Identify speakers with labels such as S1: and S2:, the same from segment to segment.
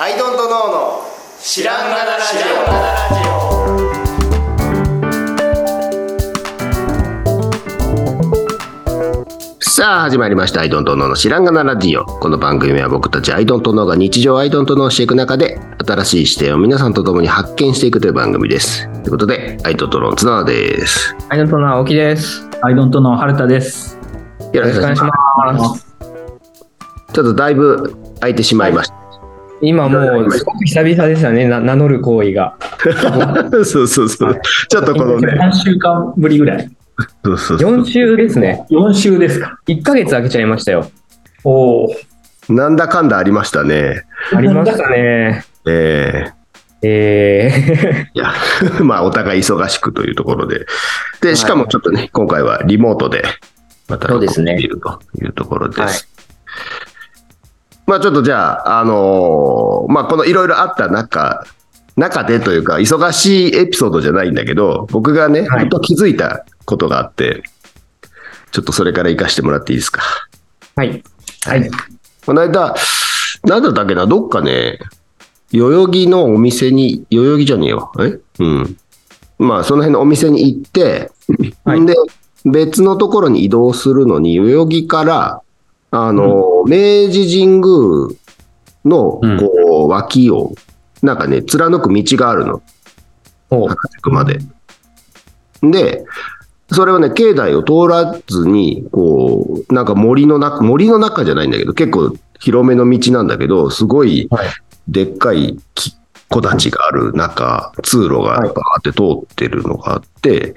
S1: アイドントノーの知らんがなラジ
S2: さあ始まりました「アイドントノーの知らんがなラジオ」この番組は僕たちアイドントノーが日常アイドントノーしていく中で新しい視点を皆さんと共に発見していくという番組ですということでアイドントノーの綱田です
S3: アイドントの青木です。よ
S4: アイドントの春田です。
S2: よろ
S3: ろ
S2: しくお
S3: しく
S2: 願
S3: お願
S2: い
S3: い
S2: し
S3: し
S2: ます
S3: ます。
S2: ちょっとだいぶ空いてしまいました、
S3: 今もう、すごく久々でしたね、な名乗る行為が。
S2: そうそうそう、ちょっとこのね
S4: 何週間ぶりぐらい
S2: そうそうそう
S3: 4週ですね。
S4: ?4 週ですか。
S3: 1ヶ月空けちゃいましたよ。
S4: おお。
S2: なんだかんだありましたね
S3: ありましたね。
S2: ええ
S3: え
S2: いや まあお互い忙しくというところででしかもちょっとね今回はリモートでまた
S3: そうですね
S2: いるというところです、
S3: はい
S2: まあちょっとじゃあ、あのーまあこのいろいろあった中、中でというか、忙しいエピソードじゃないんだけど、僕がね、
S3: はい
S2: ふと気づいたことがあって、ちょっとそれから生かしてもらっていいですか。
S3: ー、 はい。
S2: はい。この間、なんだったっけな、どっかね、代々木のお店に、代々木じゃねえよ。えうん。まあ、その辺のお店に行って、
S3: はい
S2: んで、別のところに移動するのに、代々木から、あの、明治神宮の、
S4: うん
S2: こう、脇を、なんかね、貫く道があるの。
S3: おう
S2: 博多区まで。で、それをね、境内を通らずに、こう、なんか森の中、森の中じゃないんだけど、結構広めの道なんだけど、すごい
S3: はい
S2: でっかい木木立がある中、通路がバーって通ってるのがあって、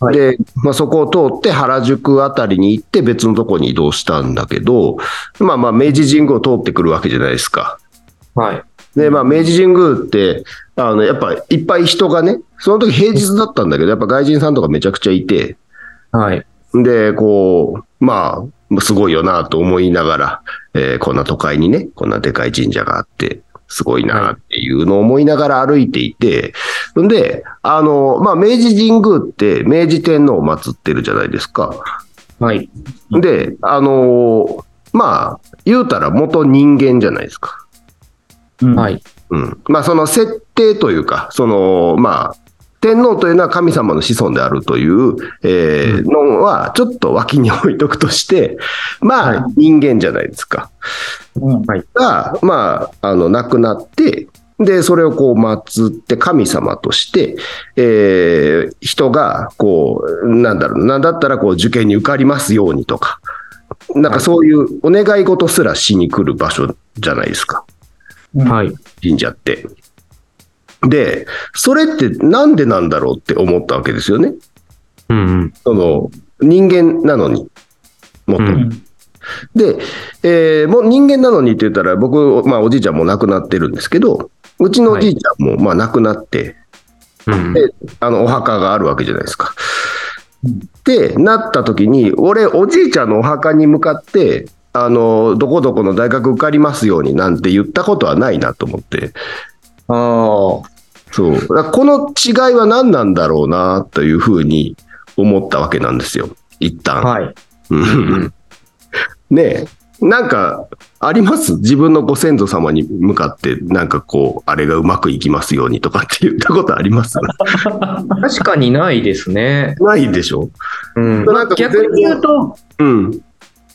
S3: はい
S2: で、まあ、そこを通って原宿あたりに行って別のとこに移動したんだけど、まあまあ明治神宮を通ってくるわけじゃないですか。
S3: はい。
S2: で、まあ、明治神宮って、あの、やっぱいっぱい人がね、その時平日だったんだけど、やっぱ外人さんとかめちゃくちゃいて、
S3: はい。
S2: で、こう、まあ、すごいよなと思いながら、えーこんな都会にね、こんなでかい神社があって、すごいなっていうのを思いながら歩いていて、んで、あの、まあ、明治神宮って明治天皇を祀ってるじゃないですか。
S3: はい。
S2: で、あの、まあ、言うたら元人間じゃないですか。
S4: うん
S3: は。い。
S2: うん、まあその設定というか、そのまあ、天皇というのは神様の子孫であるという、えーのは、ちょっと脇に置いとくとして、まあ人間じゃないですか。
S4: うん
S2: が、まあ、あの亡くなって、で、それをこう祀って神様として、えー人が、こう、なんだろう、なんだったらこう受験に受かりますようにとか、なんかそういうお願い事すらしに来る場所じゃないですか。
S3: はい。
S2: 神社って。で、それってなんでなんだろうって思ったわけですよね。
S3: うんうん。
S2: その人間なのに。もっと
S3: う
S2: で、えーもう人間なのにって言ったら、僕、まあ、おじいちゃんも亡くなってるんですけど、うちのおじいちゃんもまあ亡くなって、
S3: うん
S2: であのお墓があるわけじゃないですか。
S4: う
S2: っ
S4: ん
S2: てなった時に、俺、おじいちゃんのお墓に向かって、あのどこどこの大学受かりますようになんて言ったことはないなと思って。
S3: ああ。
S2: そう。だからこの違いは何なんだろうな、というふうに思ったわけなんですよ。一旦。
S3: はい。
S2: うんねえ。なんか、あります自分のご先祖様に向かって、なんかこう、あれがうまくいきますようにとかって言ったことあります
S3: 確かにないですね。
S2: ないでしょ
S3: うん
S2: なんか。
S3: 逆に言うと、
S2: うん。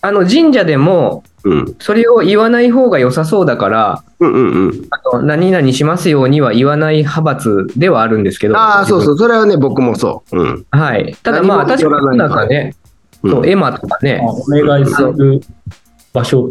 S3: あの、神社でも、
S2: うん。
S3: それを言わない方が良さそうだから、
S2: うんうんうん。
S3: あの何々しますようには言わない派閥ではあるんですけど。
S2: ああ、そうそう。それはね、僕もそう。うん。
S3: はい。ただまあ、
S2: 何
S3: 確
S2: も
S3: かになんかね、
S2: うん
S3: そう、エマとか
S4: あ
S3: ね、
S4: お願いする場所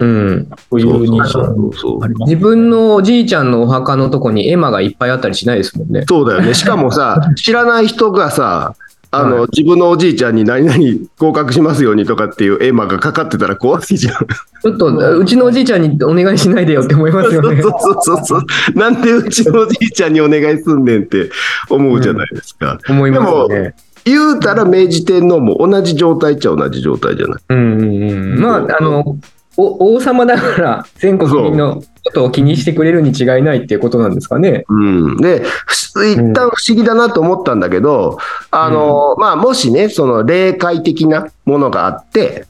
S3: うん。
S4: という認
S2: そうそう
S4: 識
S2: そう
S4: があります
S3: 自。分のおじいちゃんのお墓のとこにエマがいっぱいあったりしないですもんね。
S2: そうだ よね。しかもさ、知らない人がさ、あの、
S3: は
S2: 自分のおじいちゃんに何々合格しますようにとかっていうエマがかかってたら怖いじゃん。
S3: ちょっと、うちのおじいちゃんにお願いしないでよって思います
S2: そ
S3: よ
S2: う
S3: ね。
S2: そうそうそう。なんでうちのおじいちゃんにお願いすんねんって思うじゃないですか。
S3: 思いますよね。
S2: 言うたら明治天皇も同じ状態っちゃ同じ状態じゃない。
S3: うんうんうん。まあ、あの、お王様だから全国民のことを気にしてくれるに違いないっていうことなんですかね。
S2: うん、で、ふし一旦不思議だなと思ったんだけど、あの、まあ、もしね、その霊界的なものがあって、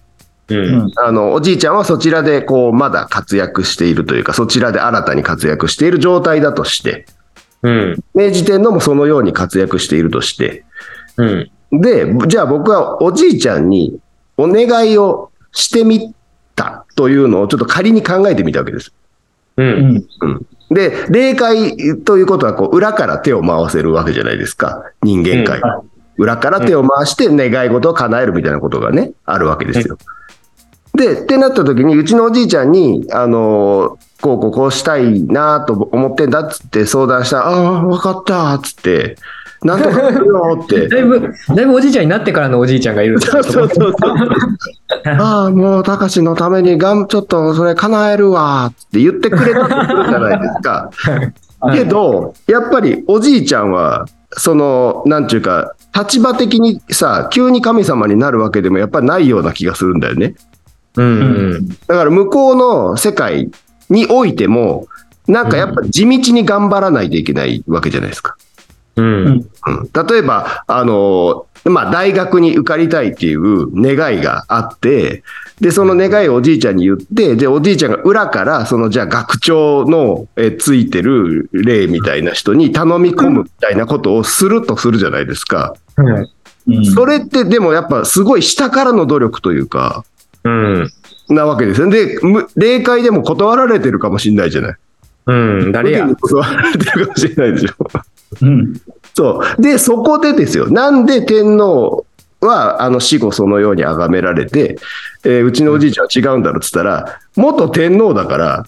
S5: うん。
S2: あの、おじいちゃんはそちらで、こう、まだ活躍しているというか、そちらで新たに活躍している状態だとして、
S5: うん。
S2: 明治天皇もそのように活躍しているとして、
S5: うん。
S2: で、じゃあ僕はおじいちゃんにお願いをしてみたというのをちょっと仮に考えてみたわけです。
S5: うん。
S2: で、霊界ということは、こう、裏から手を回せるわけじゃないですか。人間界は。裏から手を回して願い事を叶えるみたいなことがね、あるわけですよ。で、ってなった時に、うちのおじいちゃんに、あのーこうこうこうしたいなと思ってんだっつって相談したら、ああー、わかったっつって、なんとかしよう って。
S3: だいぶ、だいぶおじいちゃんになってからのおじいちゃんがいるんです
S2: そ
S3: よ
S2: うそうそうそう。ああ、もう、たかしのためにがん、ちょっとそれ叶えるわーって言ってくれたとするじゃないです か。けど、やっぱりおじいちゃんは、その、なんちゅうか、立場的にさ、急に神様になるわけでもやっぱりないような気がするんだよね。
S5: うん。
S2: だから向こうの世界においても、なんかやっぱ地道に頑張らないといけないわけじゃないですか。
S5: うん。
S2: うん、例えば、あのまあ、大学に受かりたいっていう願いがあって、で、その願いをおじいちゃんに言って、で、おじいちゃんが裏から、その、じゃあ学長のえついてる例みたいな人に頼み込むみたいなことをするとするじゃないですか。それって、でもやっぱすごい下からの努力というか、
S5: うん。
S2: なわけですよ。で、む霊界でも断られてるかもしれないじゃない。
S5: うん。誰や
S2: 無理に断られてるかもしれないでしょ。そう。で、そこでですよ。なんで天皇は、あの、死後そのように崇められて、えーうちのおじいちゃんは違うんだろうって言ったら、元天皇だから、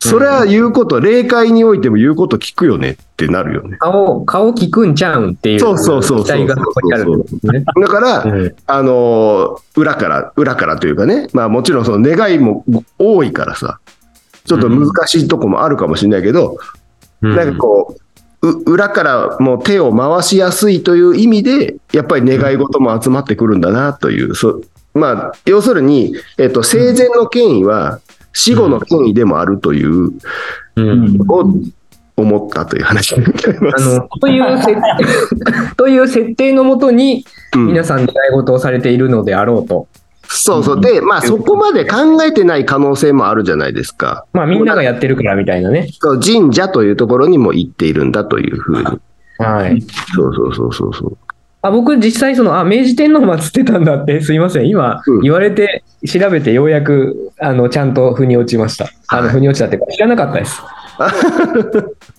S2: それは言うこと、霊界においても言うこと聞くよねってなるよね。
S3: 顔、顔聞くんちゃうんっていう期
S2: そうそうそうそう
S3: 待がそこにあるんですね。
S2: だから、
S5: うん。
S2: あのー裏から、裏からというかね、まあもちろんその願いも多いからさ、ちょっと難しいとこもあるかもしれないけど、なんかこう、う裏からもう手を回しやすいという意味で、やっぱり願い事も集まってくるんだなという、そまあ、要するに、えっと、生前の権威は死後の権威でもあるという、
S5: うん。
S2: を思ったという話になりま
S3: あ
S2: す。
S3: の、という設、という設定 のもとに、
S2: うん
S3: 皆さん願い事をされているのであろうと。
S2: そうそう。で、まあ、そこまで考えてない可能性もあるじゃないですか。
S3: まあみんながやってるからみたいなね。
S2: そう神社というところにも行っているんだというふうに。
S3: はい。
S2: そうそうそうそうそう。
S3: あ僕、実際、その、あ、明治天皇祀ってたんだって、すいません。今
S2: うん、
S3: 言われて、調べて、ようやく、あの、ちゃんと腑に落ちました。あの、
S2: はい
S3: 腑に落ちたっていうか、知らなかったです。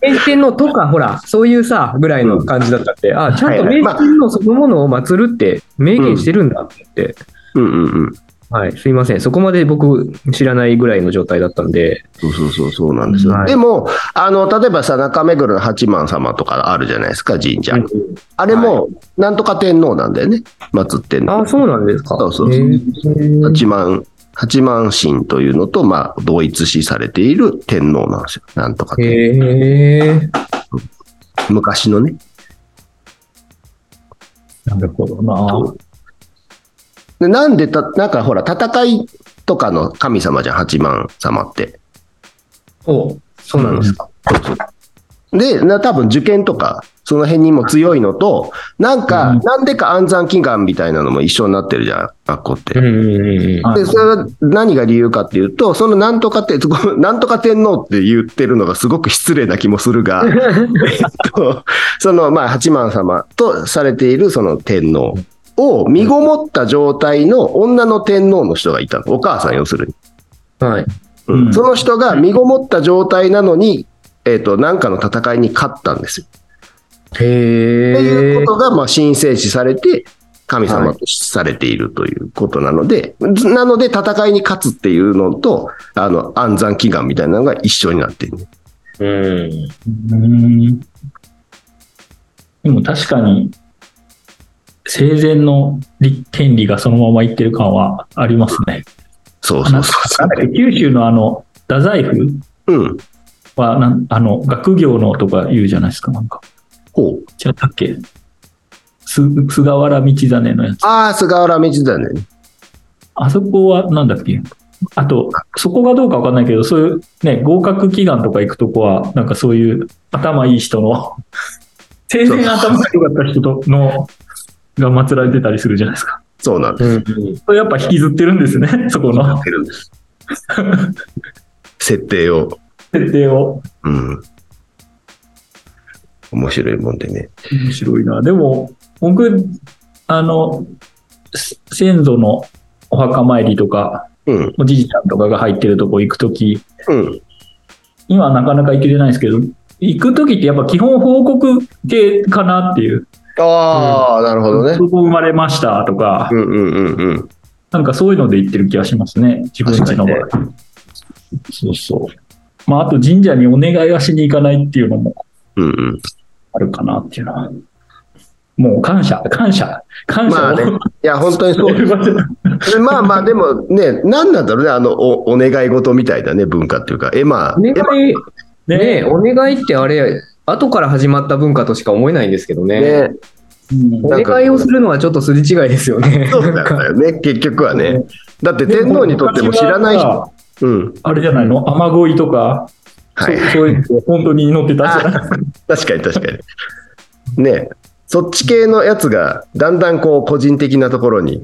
S3: 明治天皇とか、ほら、そういうさ、ぐらいの感じだったって、あ、ちゃんと
S2: はいはい
S3: 明治天皇そのものを祀るって、明言してるんだって言って、
S2: うんうんうん。
S3: はい、すいません。そこまで僕、知らないぐらいの状態だったんで、
S2: そうそうそう、そうなんですよ。
S3: はい
S2: でも、あの、例えばさ、中目黒の八幡様とかあるじゃないですか、神社。
S3: うん
S2: あれも、なんとか天皇なんだよね、祀ってんの。
S3: あ、そうなんですか。
S2: そうそうそう
S3: へー
S2: 八幡、八幡神というのと、まあ、同一視されている天皇なんですよ。なんとか天
S3: へえ。
S2: 皇。昔のね。
S4: なるほどな。
S2: でなんでた、なんかほら、戦いとかの神様じゃん、八幡様って。
S3: おそうなんですか。
S2: で、な多分受験とか、その辺にも強いのと、なんか、
S4: うん
S2: なんでか安産祈願みたいなのも一緒になってるじゃん、学校って。
S5: うん。うん。
S4: はい
S2: で、それは何が理由かっていうと、そのなんとかって、そこなんとか天皇って言ってるのがすごく失礼な気もするが、 えっと、その、まあ、八幡様とされているその天皇を身ごもった状態の女の天皇の人がいたの。お母さん要するに。
S3: はい。
S2: うん
S4: うん
S2: その人が身ごもった状態なのに、えっと、なんかの戦いに勝ったんですよ。っ
S3: へ
S2: てい
S3: え
S2: うこ。とが、まあ、神聖視されて、神様とされているということなので、なので戦いに勝つっていうのと、あの、安産祈願みたいなのが一緒になっている。
S5: うん。
S4: うんでも確かに、生前の立権利がそのままいってる感はありますね。
S2: そうそうそうそ
S4: なんだっけ九州のあの、太宰府
S2: う。うん。
S4: はなん、あの、学業のとか言うじゃないですか、なんか。
S2: ほう。
S4: 違ったっけす菅原道真のやつ。
S2: ああ、菅原道真ね。
S4: あそこはなんだっけあと、そこがどうかわかんないけど、そういうね、合格祈願とか行くとこは、なんかそういう頭いい人の、 生前頭が良かった人との、が祀られてたりするじゃないですか。
S2: そうなんで
S5: うん
S4: それやっぱ引きずってるんですね、 そこの
S2: す。設定を。
S4: 設定を。
S2: うん。面白いもんでね。
S4: 面白いな。でも、僕、あの、せ先祖のお墓参りとか、
S2: うん。
S4: おじいちゃんとかが入ってるとこ行くとき、
S2: うん。
S4: 今はなかなか行けてないですけど、行くときってやっぱ基本報告系かなっていう。
S2: ああ、なるほどね。
S4: ここ生まれましたとか、
S2: うんうんうんうん。
S4: なんかそういうので行ってる気がしますね。自分たちの場合。
S2: 確
S4: そうそう。まあ、あと神社にお願いはしに行かないっていうのも
S2: うんうん。
S4: あるかなっていうのは。もう感謝、感謝、感謝を、
S2: まあね。いや、本当にそうです
S4: う
S2: でまあまあ、でもね、なんなんだろうね、あのおお願い事みたいなね、文化っていうか、エマ
S3: お、願
S2: エマ
S3: い、ねお願いってあれ、後から始まった文化としか思えないんですけどね。
S2: ね、
S4: ん
S3: お願いをするのはちょっと筋違いですよ ね。
S2: そうだよね、結局はね。だって天皇にとっても知らない人、うん、
S4: あれじゃないの雨乞いとか、
S2: はい、
S4: そうそういうの本当に祈ってたじゃない
S2: 確かに確かに。ね、そっち系のやつが、だんだんこう、個人的なところに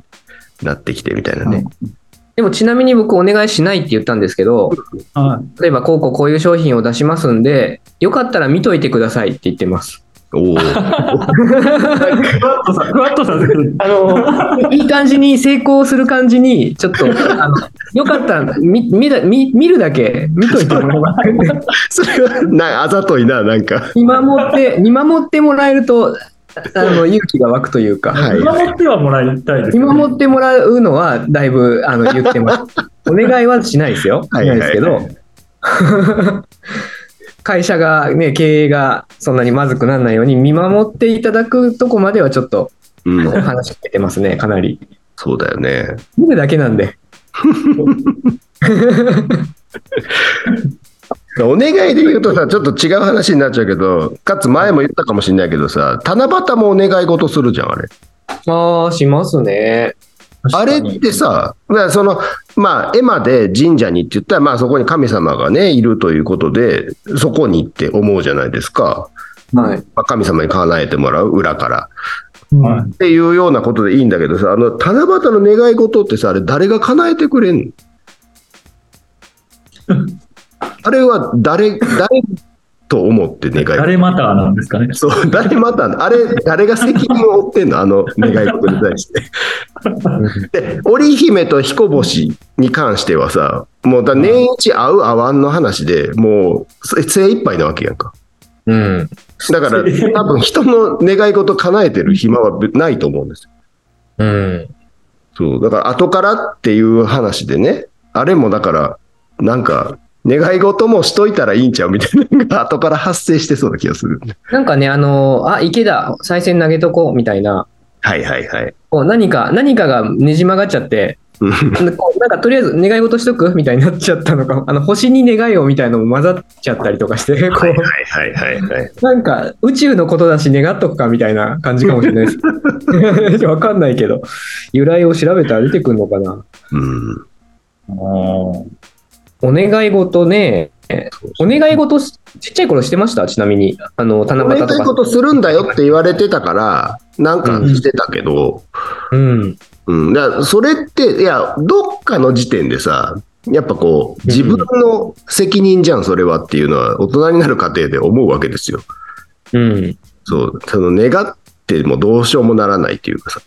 S2: なってきてみたいなね。
S3: でもちなみに僕お願いしないって言ったんですけど、
S4: は
S3: 例えばこうこうこういう商品を出しますんで、よかったら見といてくださいって言ってます。
S2: おおー、
S4: い。ふわっとさ、ふわっとさせる。
S3: あの、 いい感じに成功する感じに、ちょっ と、あの、よかったら見、見だ、見、見るだけ見といてもらえます
S2: それはな、あざといな、なんか。
S3: 見守って、見守ってもらえると、あの、勇気が湧くというか、
S2: はい
S4: 見。守ってはもらいたいです、
S3: 見
S4: ね。
S3: 守ってもらうのは、だいぶ、あの、言ってます。お願い はしないですよ。
S2: はい
S3: ないですけ
S2: は
S3: ど。 会社がね、経営がそんなにまずくならないように見守っていただくとこまではちょっと
S2: うん、
S3: 話しかけてます ね、かなり。
S2: そうだよね。
S3: 見るだけなんで。
S2: お願いで言うとさ、ちょっと違う話になっちゃうけど、かつ前も言ったかもしれないけどさ、七夕もお願い事するじゃん、あれ。
S3: ああ、しますね。
S2: あ
S4: 確
S2: れ
S4: かに
S2: ってさ、だからその、まあ、絵馬で神社にって言ったら、まあ、そこに神様がね、いるということで、そこにって思うじゃないですか。
S3: は
S2: ま
S3: い。
S2: あ、神様に叶えてもらう、裏から。
S4: はい
S2: っていうようなことでいいんだけどさ、あの、七夕の願い事ってさ、あれ、誰が叶えてくれんのあれは誰、誰と思って願い事
S4: 誰またなんですかね。
S2: そう、誰また、あれ、誰が責任を負ってんのあの願い事に対して。で、織姫と彦星に関してはさ、もうだ年一合う合わんの話でもうせ精一杯なわけやんか。
S3: うん。
S2: だから、多分人の願い事叶えてる暇はぶないと思うんですよ。
S5: うん。
S2: そう、だから後からっていう話でね、あれもだから、なんか、願い事もしといたらいいんちゃうみたいなのが後から発生してそうな気がする。
S3: なんかね、あのーあ、池だ、再銭投げとこう、みたいな。
S2: はいはいはい。
S3: こう何か、何かがねじ曲がっちゃって、
S2: うん
S3: なんかなんかとりあえず願い事しとくみたいになっちゃったのか、あ の星に願いをみたいのも混ざっちゃったりとかして、こ
S2: はいは
S3: う
S2: いはいはい。
S3: なんか宇宙のことだし願っとくかみたいな感じかもしれないです。 わかんないけど、由来を調べたら出てくるのかな。
S2: うん
S4: あー
S3: お願い事ね、お願い事しちっちゃい頃してましたちなみに。あの、七
S2: お願
S3: 夕
S2: いたいことと
S3: か。
S2: するんだよって言われてたから、なんかしてたけど、
S3: うん。
S2: うん、だからそれって、いや、どっかの時点でさ、やっぱこう、自分の責任じゃん、それはっていうのは、大人になる過程で思うわけですよ。
S5: うん。
S2: そう、その願ってもどうしようもならないっていうかさ、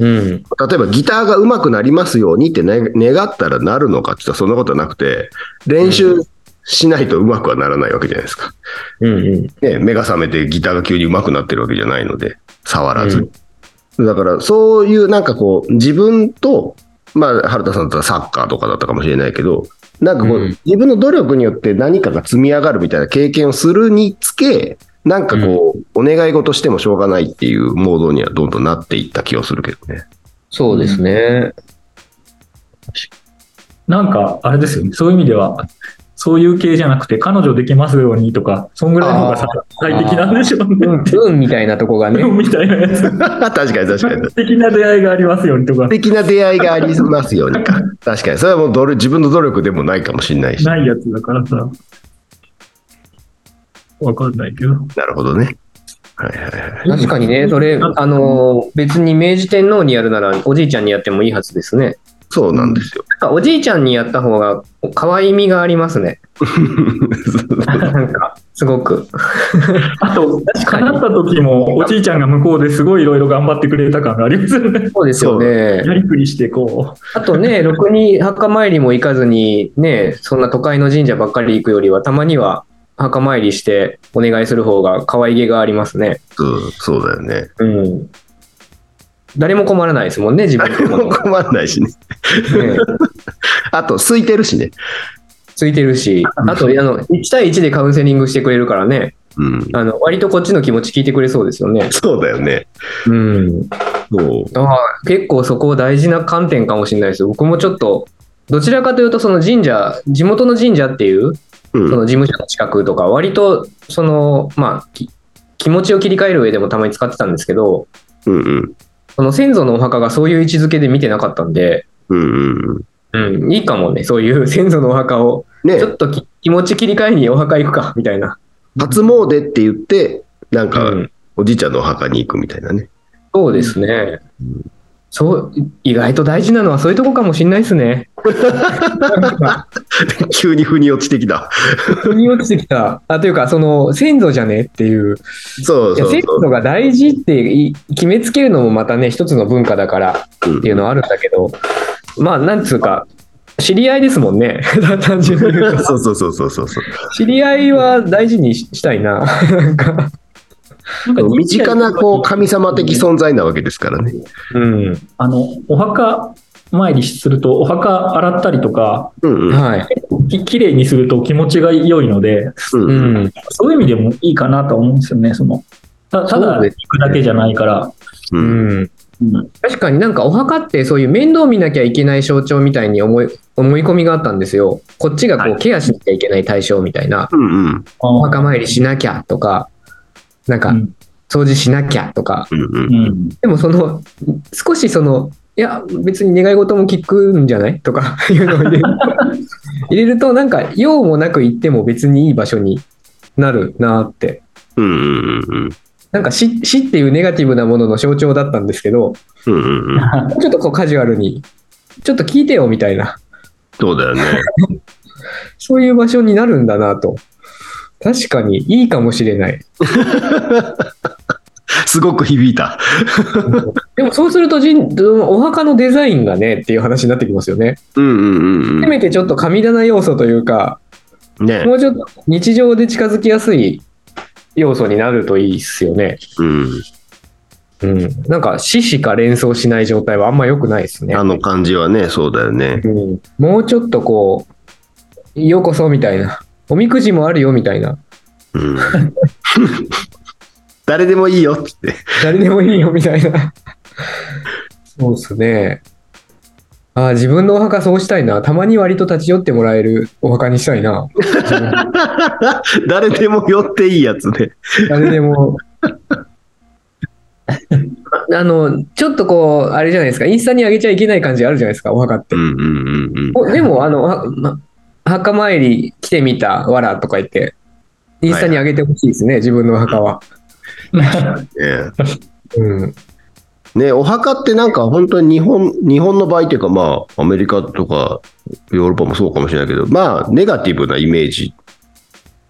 S5: うん。
S2: 例えばギターが上手くなりますようにって、ね、願ったらなるのかって言ったら、そんなことはなくて、練習しないと上手くはならないわけじゃないですか。
S5: うん。
S2: ね、目が覚めてギターが急に上手くなってるわけじゃないので、触らず。だから、そういうなんかこう、自分と、まあ、原田さんだったらサッカーとかだったかもしれないけど、なんかこう、
S5: うん
S2: 自分の努力によって何かが積み上がるみたいな経験をするにつけ、なんかこう、お願い事してもしょうがないっていうモードにはどんどんなっていった気がするけどね。
S3: そうですね。
S4: なんか、あれですよね。そういう意味では、そういう系じゃなくて、彼女できますようにとか、そんぐらいの方がさ最適なんでしょうね。
S3: うん、うんみたいなとこがね。
S4: みたいなやつ。
S2: 確かに確かに。
S4: 素敵な出会いがありますようにとか
S2: 素、敵な出会いがありますようにか。確かに。それはもう努力自分の努力でもないかもしれないし。
S4: ないやつだからさ。わかんないけど。
S2: なるほどね。はいはいはい。
S5: 確かにね、それ、あの、別に明治天皇にやるなら、おじいちゃんにやってもいいはずですね。
S2: そうなんですよ。
S5: なんかおじいちゃんにやった方が、可愛みがありますね。なんか、すごく。
S4: あと、
S5: 確
S4: かなった時も、おじいちゃんが向こうですごいいろいろ頑張ってくれた感があります よね。
S5: そうですよね。
S4: やりくりして、こ
S5: あとね、ろくに墓参りも行かずに、ね、そんな都会の神社ばっかり行くよりは、たまには墓参りしてお願いする方が可愛げがありますね。
S2: そうそうだよね。
S5: うん。誰も困らないですもんね、自 分のもの。
S2: 困んないしね。
S5: ね、
S2: あと、空いてるしね。
S5: ついてるし、あと、あの、1対1でカウンセリングしてくれるからね、
S2: うん。
S5: あの、割とこっちの気持ち聞いてくれそうですよね。
S2: そうだよね。
S5: うん。
S2: そう。
S5: ああ結構そこ大事な観点かもしれないですよ。僕もちょっと、どちらかというと、その神社、地元の神社っていう
S2: うん
S5: その事務所の近くとか、割とその、まあ、き気持ちを切り替える上でもたまに使ってたんですけど、
S2: うんうん。
S5: その先祖のお墓がそういう位置づけで見てなかったんで、
S2: うんうんうん。
S5: うん、いいかもね、そういう 先祖のお墓を、
S2: ね
S5: ちょっとき気持ち切り替えにお墓行くか、みたいな。
S2: 初詣って言って、なんか
S5: う、ん
S2: おじいちゃんのお墓に行くみたいな ね。
S5: そうですね
S2: うん。
S5: そう、意外と大事なのはそういうとこかもしれないですね。
S2: 急に腑に落ちてきた。
S5: 腑に落ちてきた。あ、というか、その、先祖じゃねっていう。
S2: そう
S5: い
S2: そ
S5: や
S2: う
S5: 先
S2: そう。
S5: 祖が大事ってい決めつけるのもまたね、一つの文化だから。
S2: うん
S5: っていうのはあるんだけど、まあ、なんつうか、知り合いですもんね。単純に言うと。
S2: そうそうそうそうそうそう。
S5: 知り合いは大事にししたいな。なんか、
S4: う、なんか
S2: 身近なこう神様的存在なわけですからね。
S5: うん。は
S4: あの、お墓参りすると、お墓洗ったりとか、
S2: うんうん。
S5: い。
S4: ききれいにすると気持ちが良いので、
S2: うん
S5: う
S2: うん
S5: ん。
S4: そういう意味でもいいかなとは思うんですよね。そのたただ
S5: そう
S4: 行
S5: です
S4: くだけじゃないから。
S2: う
S6: うんん。
S4: うん
S5: 確かになんかお墓ってそういう面倒見なきゃいけない象徴みたいに思い思い込みがあったんですよ。こっちがこう
S4: は
S5: ケアしなきゃいけない対象みたいな。
S2: うんうん
S5: お墓参りしなきゃとか、なんか
S4: うん
S5: 掃除しなきゃとか。
S2: うんうん
S4: うん
S5: でもその、少しその、いや、別に願い事も聞くんじゃないとか いうのを入れ ると、入れるとなんか、用もなく行っても別にいい場所になるなって。
S2: うんうんうん
S5: なんか死、死っていうネガティブなものの象徴だったんですけど、も
S2: うんうんうん
S5: うちょっとこうカジュアルに、ちょっと聞いてよみたいな、
S2: そうだよね。
S5: そういう場所になるんだなと。確かにいいかもしれない。
S2: すごく響いた。
S5: でもそうするとじん、お墓のデザインがねっていう話になってきますよね。
S2: うんうん
S5: せ
S2: うん
S5: めてちょっと神棚要素というか、
S2: うん。ね
S5: も。うちょっと日常で近づきやすい要素になるといいっすよね。
S2: うん。
S5: うん。なんか死しか連想しない状態はあんま良くないですね
S2: あ。の感じはね、そうだよね。
S5: うん。もうちょっとこう、ようこそみたいな。おみくじもあるよみたいな。
S2: うん。 誰でもいいよっつって。
S5: 誰でもいいよみたいな。 そうっすね。ああ、自分のお墓そうしたいな。たまに割と立ち寄ってもらえるお墓にしたいな。
S2: 誰でも寄っていいやつね。
S5: 誰でも。 あの、ちょっとこう、あれじゃないですか、インスタに上げちゃいけない感じあるじゃないですか、お墓って
S2: う。んうんうんうん。
S5: おでも、あの、はま墓参り来てみたわらとか言って、インスタに上げてほしいですね、自分のお墓は。
S2: ね
S5: うん。
S2: ね、お墓ってなんか本当に日本日本の場合というか、まあ、アメリカとかヨーロッパもそうかもしれないけど、まあ、ネガティブなイメージ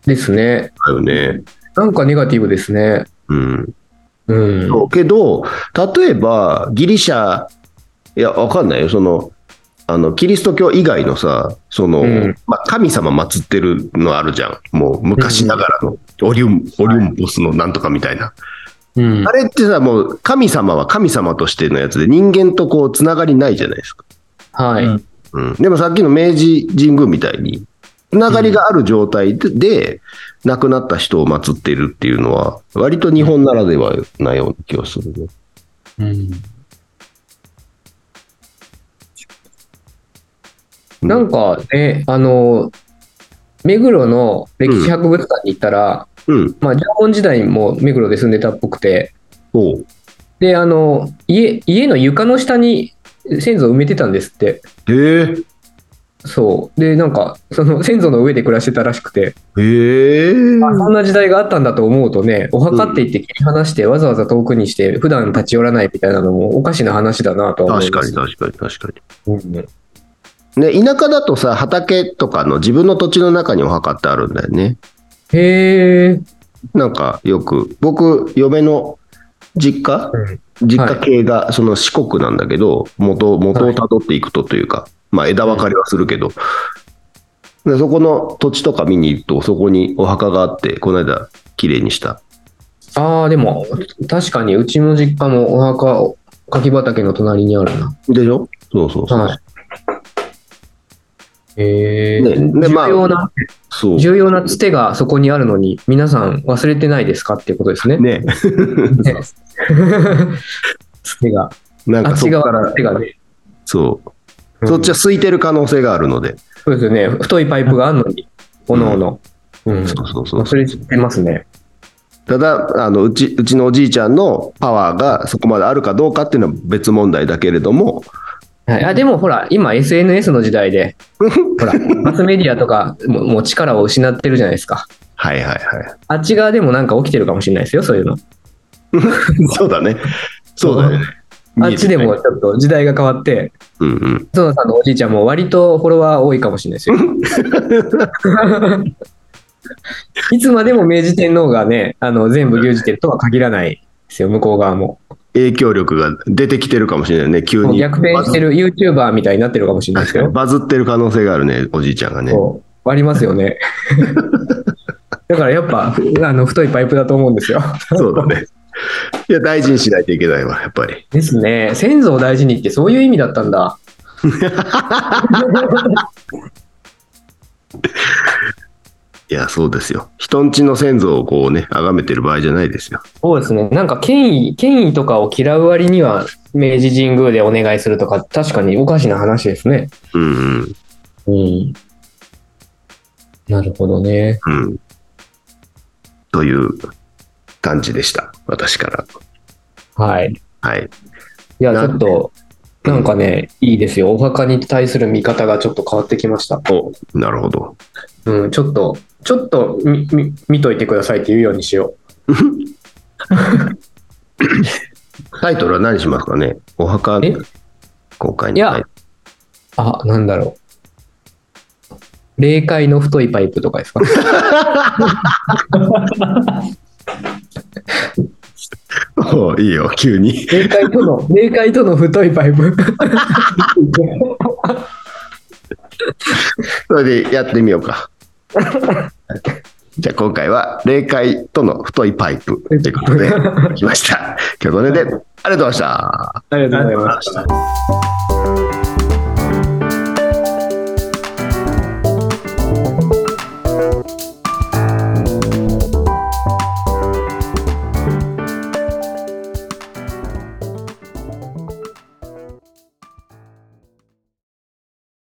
S5: ですね。
S2: だよね。
S5: なんかネガティブですね。
S2: うん、
S5: うん。
S2: そうけど、例えばギリシャ、いや、わかんないよ、その、あのキリスト教以外のさ、その
S5: うん
S2: まあ、神様祀ってるのあるじゃん、もう昔ながらの、オリュンオリュンボスのなんとかみたいな。
S5: うん
S2: あ。れってさ、もう神様は神様としてのやつで、人間とこうつながりないじゃないですか。
S5: はい。
S4: うん
S2: うん、でもさっきの明治神宮みたいに、つながりがある状態で,で、亡くなった人を祀っているっていうのは、割と日本ならではなような気がするね。
S5: なんかね、あの、目黒の歴史博物館に行ったら、
S2: うん。
S5: まあ、縄文時代も目黒で住んでたっぽくて、
S2: おう
S5: で、あの、家、家の床の下に先祖を埋めてたんですって。
S2: へえ。
S5: そう。で、なんか、その先祖の上で暮らしてたらしくて、
S2: へえ
S5: あそんな時代があったんだと思うとね、お墓って言って切り離して、わざわざ遠くにして、普段立ち寄らないみたいなのもおかしな話だなとは思い
S2: 確
S5: ま
S2: か
S5: す
S2: に。確かに確かに。
S7: うん
S2: ね、田舎だとさ、畑とかの自分の土地の中にお墓ってあるんだよね。
S5: へえ。
S2: なんかよく、僕、嫁の実家、
S7: うん
S2: 実家系がその四国なんだけど、元元をたどっていくとというか、まあ枝分かれはするけど、でそこの土地とか見に行くと、そこにお墓があって、この間、綺麗にした。
S5: ああ、でも、確かにうちの実家もお墓、柿畑の隣にあるな。
S2: でしょそうそうそう。
S5: はい。へえ。
S2: ねでまあ
S5: 重要な、
S2: そう
S5: 重要なつてがそこにあるのに、皆さん忘れてないですかっていうことです ね。
S2: ね、
S5: ねつてが、
S2: なん
S5: あ
S2: か
S5: っ
S2: そ
S5: ち
S2: こか
S5: 側の
S2: ら
S5: つ、てがね。
S2: そうう、
S7: ん
S2: そっちは空いてる可能性があるので、
S5: そうですよね。太いパイプがあるのに、おのおの。
S7: うん
S2: そうそうそう。
S5: 忘れてますね。
S2: ただあのうち、うちのおじいちゃんのパワーがそこまであるかどうかっていうのは別問題だけれども、
S5: はい、あでもほら、今 SNS の時代 で、ほら、マスメディアとかももう力を失ってるじゃないですか。
S2: はいはいは
S5: あっち側でもなんか起きてるかもしれないですよ、そういうの。
S2: い。そうだね。そうだよね。
S5: あっちでもちょっと時代が変わって、
S2: うんうん。
S5: 園さんのおじいちゃんも割とフォロワー多いかもしれないですよ。 いつまでも明治天皇がね、あの全部牛耳ってるとは限らないですよ、向こう側も。
S2: 影響力が出てきてるかもしれないね、急
S5: もう
S2: に。
S5: 逆転してる YouTuber みたいになってるかもしれな
S2: バ
S5: いで
S2: ズ
S5: すよ。
S2: バズってる可能性があるね、おじいちゃんがね。
S5: そうありますよ ね。だからやっぱあの太いパイプだと思うんですよ。
S2: そうだね。いや、大事にしないといけないわ、やっぱり。
S5: ですね。先祖を大事にってそういう意味だったんだ。
S2: いや、そうですよ。人んちの先祖をこうね、崇めてる場合じゃないですよ。
S5: そうですね。なんか権威、権威とかを嫌う割には明治神宮でお願いするとか確かにおかしな話ですね。
S2: うんうん。
S5: うん。なるほどね。
S2: うん。という感じでした、私から。
S5: はい。
S2: はい。
S5: いや、
S2: な
S5: ちょっと、なんかね、いいですよ。お墓に対する見方がちょっと変わってきました。
S2: お、なるほど。
S5: うん、ちょっと、ちょっとみみ見といてくださいって言うようにしよ
S2: タイトルは何しますかねお墓
S5: え
S2: 公開
S5: う。い
S2: のタ
S5: や
S2: イト、
S5: あ、なんだろう。霊界の太いパイプとかですか
S2: ル。 おいいよ、急に。
S5: 霊界との、霊界との太いパイ プ。
S2: それでやってみようか。 じゃあ今回は霊界との太いパイプということで来ました。今日はそれでありがとうございました。
S5: ありがとうございます。
S2: した。